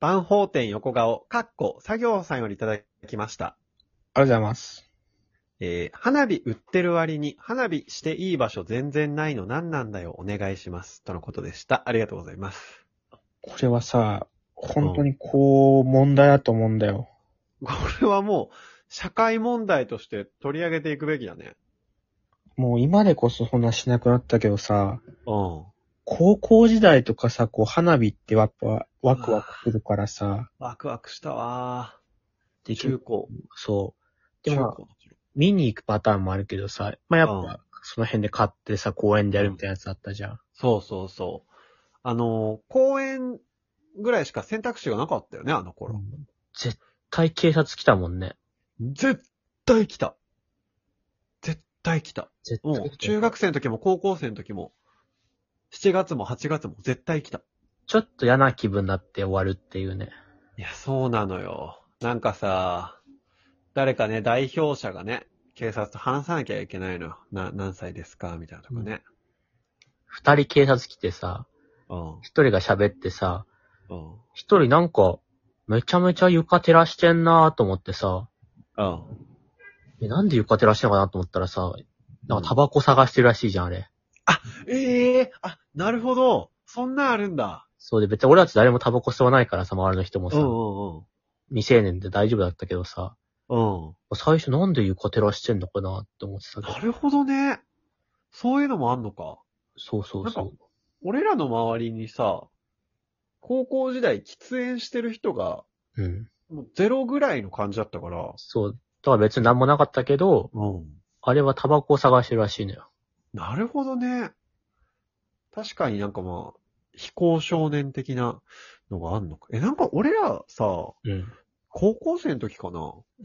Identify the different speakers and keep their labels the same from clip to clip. Speaker 1: 万宝店横顔、かっこ、作業さんよりいただきました。
Speaker 2: ありがとうございます。
Speaker 1: えー花火売ってる割に、花火していい場所全然ないの何なんだよ、お願いします。とのことでした。ありがとうございます。
Speaker 2: これはさ、本当にこう、問題だと思うんだよ。
Speaker 1: これはもう、社会問題として取り上げていくべきだね。
Speaker 2: もう今でこそそんなしなくなったけどさ、
Speaker 1: うん。
Speaker 2: 高校時代とかさ、こう、花火ってやっぱワクワクするからさ、
Speaker 1: ワクワクしたわ
Speaker 2: で
Speaker 1: ー。中高。
Speaker 2: そう。で
Speaker 1: 中
Speaker 2: も、
Speaker 1: 高の時
Speaker 2: 見に行くパターンもあるけどさ、まあ、やっ
Speaker 1: うん
Speaker 2: ぱ、その辺で買ってさ、公園でやるみたいなやつあったじゃん。
Speaker 1: そうそうそう。あのー公園ぐらいしか選択肢がなかったよね、あの頃。
Speaker 2: 絶対警察来たもんね。
Speaker 1: 絶対来た。絶対来た。
Speaker 2: 絶対
Speaker 1: もう、中学生の時も高校生の時も、7月も8月も絶対来た。
Speaker 2: ちょっと嫌な気分になって終わるっていうね。
Speaker 1: いや、そうなのよ。なんかさ、誰かね、代表者がね、警察と話さなきゃいけないのよ。な、何歳ですかみたいなとかね。
Speaker 2: 二人警察来てさ、
Speaker 1: うん。
Speaker 2: 一人が喋ってさ、
Speaker 1: うん。
Speaker 2: 一人なんか、めちゃめちゃ床照らしてんなーと思ってさ、
Speaker 1: うん。
Speaker 2: え、なんで床照らしてんのかなと思ったらさ、なんかタバコ探してるらしいじゃん、あれ。
Speaker 1: ええあ、なるほど。そんなんあるんだ。
Speaker 2: そうで、別に俺たち誰もタバコ吸わないからさ、周りの人も
Speaker 1: う
Speaker 2: さ、
Speaker 1: んうん
Speaker 2: 未成年で大丈夫だったけどさ、
Speaker 1: うん。うん。
Speaker 2: 最初なんで床照らしてんのかなって思ってたけど
Speaker 1: な。るほどね。そういうのもあんのか。
Speaker 2: そうそう
Speaker 1: なんか
Speaker 2: そう。
Speaker 1: 俺らの周りにさ、高校時代喫煙してる人が、
Speaker 2: うん。
Speaker 1: もうゼロぐらいの感じだったから。
Speaker 2: そう。だから別に何もなかったけど、
Speaker 1: うん。
Speaker 2: あれはタバコを探してるらしいのよ。
Speaker 1: なるほどね。確かになんかまあ、非行少年的なのがあんのか。え、なんか俺らさ、
Speaker 2: うん。
Speaker 1: 高校生の時かな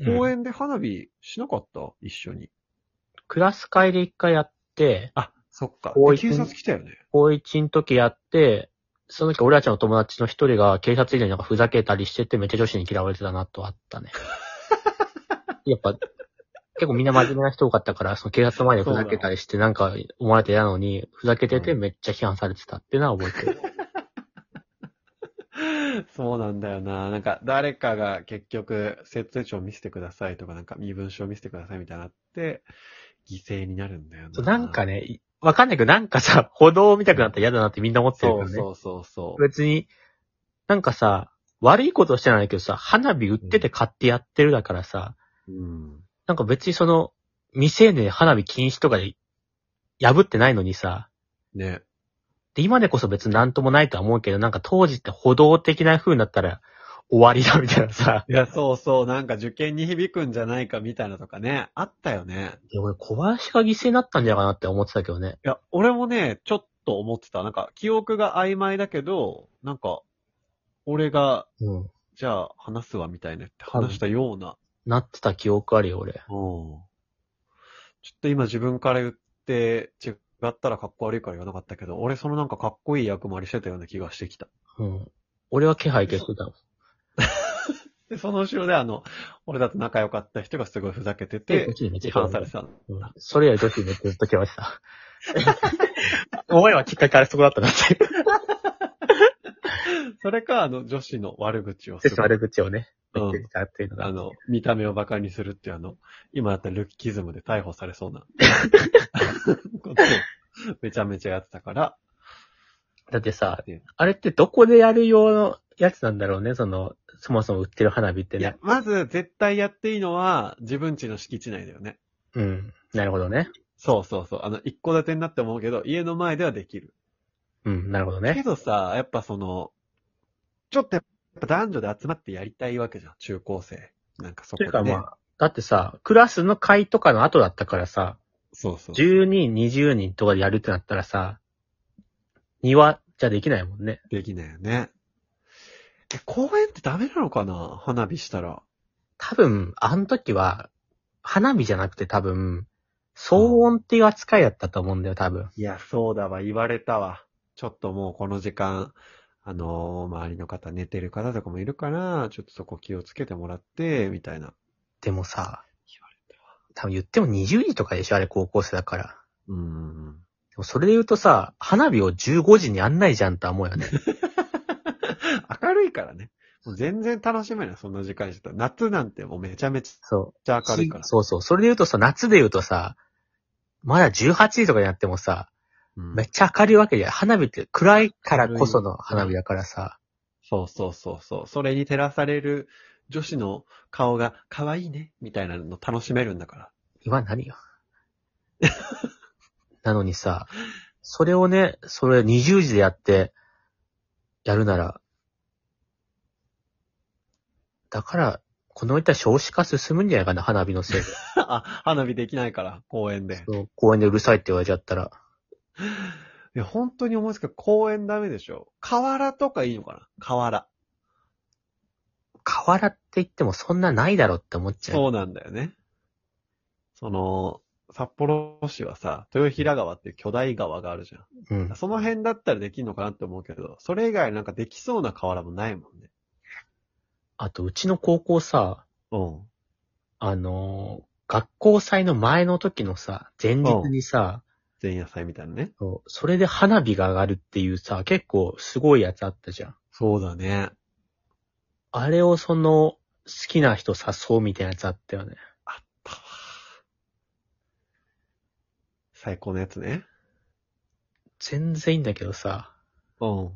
Speaker 1: 公園で花火しなかった、一緒に。
Speaker 2: クラス会で一回やって、
Speaker 1: あ、そっか。
Speaker 2: 高
Speaker 1: で
Speaker 2: 一
Speaker 1: 警察来たよね。
Speaker 2: 高一の時やって、その時俺たちの友達の一人が警察以外になんかふざけたりしててめっちゃ女子に嫌われてたなとはあっ たね。やっぱ、結構みんな真面目な人多かったから、その警察の前でふざけたりしてなんか思われてたのに、ふざけててめっちゃ批判されてたっていうのは覚えてる。
Speaker 1: そうなんだよな。なんか、誰かが結局、設定書を見せてくださいとか、なんか、身分証を見せてくださいみたいなのあって、犠牲になるんだよ
Speaker 2: そ
Speaker 1: な。
Speaker 2: うなんかね、いわかんないけどなんかさ、歩道を見たくなったら嫌だなってみんな思ってる
Speaker 1: そ
Speaker 2: よ
Speaker 1: う
Speaker 2: ね。
Speaker 1: そうそうそう。
Speaker 2: 別に、なんかさ、悪いことしてないけどさ、花火売ってて買ってやってるだからさ、
Speaker 1: うん。
Speaker 2: なんか別にその、未成年花火禁止とかで、破ってないのにさ、
Speaker 1: ね。
Speaker 2: で、今でこそ別になんともないとは思うけど、なんか当時って歩道的な風になったら、終わりだみたいなさ。
Speaker 1: いや、そうそう。なんか、受験に響くんじゃないかみたいなとかね。あったよね。
Speaker 2: で、俺小林が犠牲になったんじゃないかなって思ってたけどね。
Speaker 1: いや、俺もね、ちょっと思ってた。なんか、記憶が曖昧だけど、なんか、俺が、
Speaker 2: うん。
Speaker 1: じゃあ、話すわみたいなって話したような。
Speaker 2: なってた記憶あるよ、俺。
Speaker 1: うん。ちょっと今自分から言って、違ったらかっこ悪いから言わなかったけど、俺そのなんかかっこいい役回りしてたような気がしてきた。
Speaker 2: うん。俺は気配消してたもん。
Speaker 1: で、その後ろであの、俺だと仲良かった人がすごいふざけて
Speaker 2: で、こ
Speaker 1: て
Speaker 2: っ、ちにめっちゃ
Speaker 1: 批
Speaker 2: 嫌わ
Speaker 1: 判
Speaker 2: れ
Speaker 1: さ
Speaker 2: た
Speaker 1: れてたの。
Speaker 2: うんそれより女子めっちゃずっと嫌われてた。 思いはきっかけからそこだったなっていう。
Speaker 1: それか、あの、女子の悪口をす
Speaker 2: 女子の
Speaker 1: る。
Speaker 2: 悪口をね、
Speaker 1: う
Speaker 2: 言
Speaker 1: ん
Speaker 2: ってきたっていうのが。
Speaker 1: あの、見た目を馬鹿にするっていうあの、今だったらルッキズムで逮捕されそうな、ことをめちゃめちゃやってたから、
Speaker 2: だってさ
Speaker 1: うん、
Speaker 2: あれってどこでやる用のやつなんだろうね、その、そもそも売ってる花火って
Speaker 1: いや
Speaker 2: ね。、
Speaker 1: まず絶対やっていいのは自分家の敷地内だよね。
Speaker 2: うん。なるほどね。
Speaker 1: そうそうそう。あの、一戸建てになって思うけど、家の前ではできる。
Speaker 2: うん、なるほど
Speaker 1: け
Speaker 2: ね。
Speaker 1: どさ、やっぱその、ちょっとやっぱ男女で集まってやりたいわけじゃん、中高生。なんかそ
Speaker 2: と
Speaker 1: こ
Speaker 2: いうか
Speaker 1: で、
Speaker 2: ま
Speaker 1: ね。
Speaker 2: あ、だってさ、クラスの会とかの後だったからさ、
Speaker 1: そうそう。
Speaker 2: 10人、20人とかでやるってなったらさ、庭じゃできないもんね。
Speaker 1: できないよね。え、公園ってダメなのかな花火したら。
Speaker 2: 多分、あの時は、花火じゃなくて多分、騒音っていう扱いだったと思うんだよ、多分。
Speaker 1: いや、そうだわ、言われたわ。ちょっともうこの時間、あのー周りの方寝てる方とかもいるから、ちょっとそこ気をつけてもらって、みたいな。
Speaker 2: でもさ
Speaker 1: 言わ、
Speaker 2: 多分言っても20時とかでしょ、あれ高校生だから。
Speaker 1: うーん。
Speaker 2: でもそれで言うとさ、花火を15時にやんないじゃんとは思うよね。
Speaker 1: 明るいからね。もう全然楽しめない、そんな時間にしてたら。夏なんてもうめちゃめち
Speaker 2: そ
Speaker 1: ゃ
Speaker 2: う。
Speaker 1: 明るいから。
Speaker 2: そうそう。それで言うとさ、夏で言うとさ、まだ18時とかになってもさ、
Speaker 1: うん
Speaker 2: めっちゃ明るいわけじゃん。花火って暗いからこその花火だからさ。
Speaker 1: そうそうそうそう。それに照らされる女子の顔が可愛いね、みたいなの楽しめるんだから。
Speaker 2: 今何よ。 なのにさ、それをね、それ20時でやって、やるなら、だから、このた少子化進むんじゃないかな、花火のせいで。
Speaker 1: あ、花火できないから、公園で。
Speaker 2: そう公園でうるさいって言われちゃったら。
Speaker 1: いや、本当に思うんですけど、公園ダメでしょ。河原とかいいのかな河原。
Speaker 2: 河原って言ってもそんなないだろって思っちゃう。
Speaker 1: そうなんだよね。その、札幌市はさ、豊平川っていう巨大川があるじゃん。
Speaker 2: うん。
Speaker 1: その辺だったらできんのかなって思うけど、それ以外なんかできそうな河原もないもんね。
Speaker 2: あと、うちの高校さ、
Speaker 1: うん。
Speaker 2: あのー学校祭の前の時のさ、前日にさ、
Speaker 1: 前夜祭みたいなね。
Speaker 2: そうそれで花火が上がるっていうさ、結構すごいやつあったじゃん。
Speaker 1: そうだね。
Speaker 2: あれをその、好きな人誘うみたいなやつあったよね。
Speaker 1: たわ最高のやつね。
Speaker 2: 全然いいんだけどさ、
Speaker 1: うん。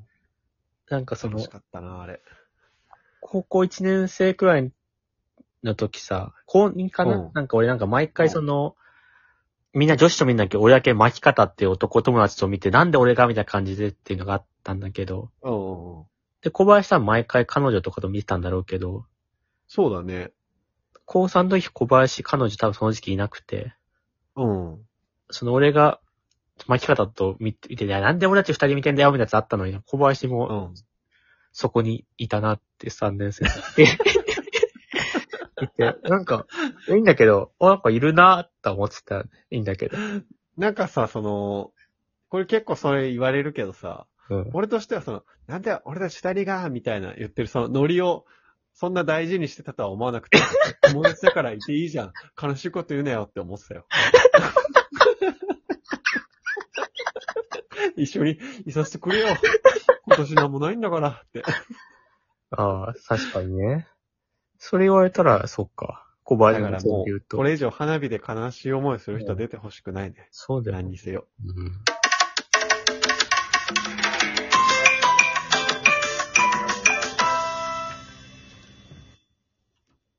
Speaker 2: なんかそ
Speaker 1: 楽
Speaker 2: の
Speaker 1: し、かったな、あれ。
Speaker 2: 高校1年生くらいの時さ、高2かな、
Speaker 1: うん
Speaker 2: なんか俺なんか毎回その、みんな女子とみんなだけど俺だけ巻き方っていう男友達と見て、なんで俺がみたいな感じでっていうのがあったんだけど、
Speaker 1: うんうんうん。
Speaker 2: で、小林さん毎回彼女とかと見てたんだろうけど、
Speaker 1: そうだね。
Speaker 2: 高3の時小林彼女多分その時期いなくて、
Speaker 1: うん。
Speaker 2: その俺が巻き方と見て見て、いやなんで俺たち二人見てんだよみたいなやつあったのに、小林も、
Speaker 1: うん。
Speaker 2: そこにいたなって3年 生で。いて、なんか、いいんだけど、あ、なんかいるなって思ってたらね、いいんだけど。
Speaker 1: なんかさ、その、これ結構それ言われるけどさ、
Speaker 2: うん。
Speaker 1: 俺としてはその、なんで俺たち二人が、みたいな言ってるそのノリを、そんな大事にしてたとは思わなくて、 友達だからいていいじゃん。悲しいこと言うなよって思ってた よ。一緒にいさせてくれよ。今年なんもないんだからって。
Speaker 2: ああ、確かにね。それ言われたら、そっか。小
Speaker 1: だ
Speaker 2: 林
Speaker 1: か
Speaker 2: の
Speaker 1: ら
Speaker 2: そう
Speaker 1: も
Speaker 2: 言う
Speaker 1: う、
Speaker 2: と。
Speaker 1: これ以上花火で悲しい思いする人は出てほしくないね。
Speaker 2: そうだよ
Speaker 1: 何
Speaker 2: ね。
Speaker 1: にせよ。
Speaker 2: うん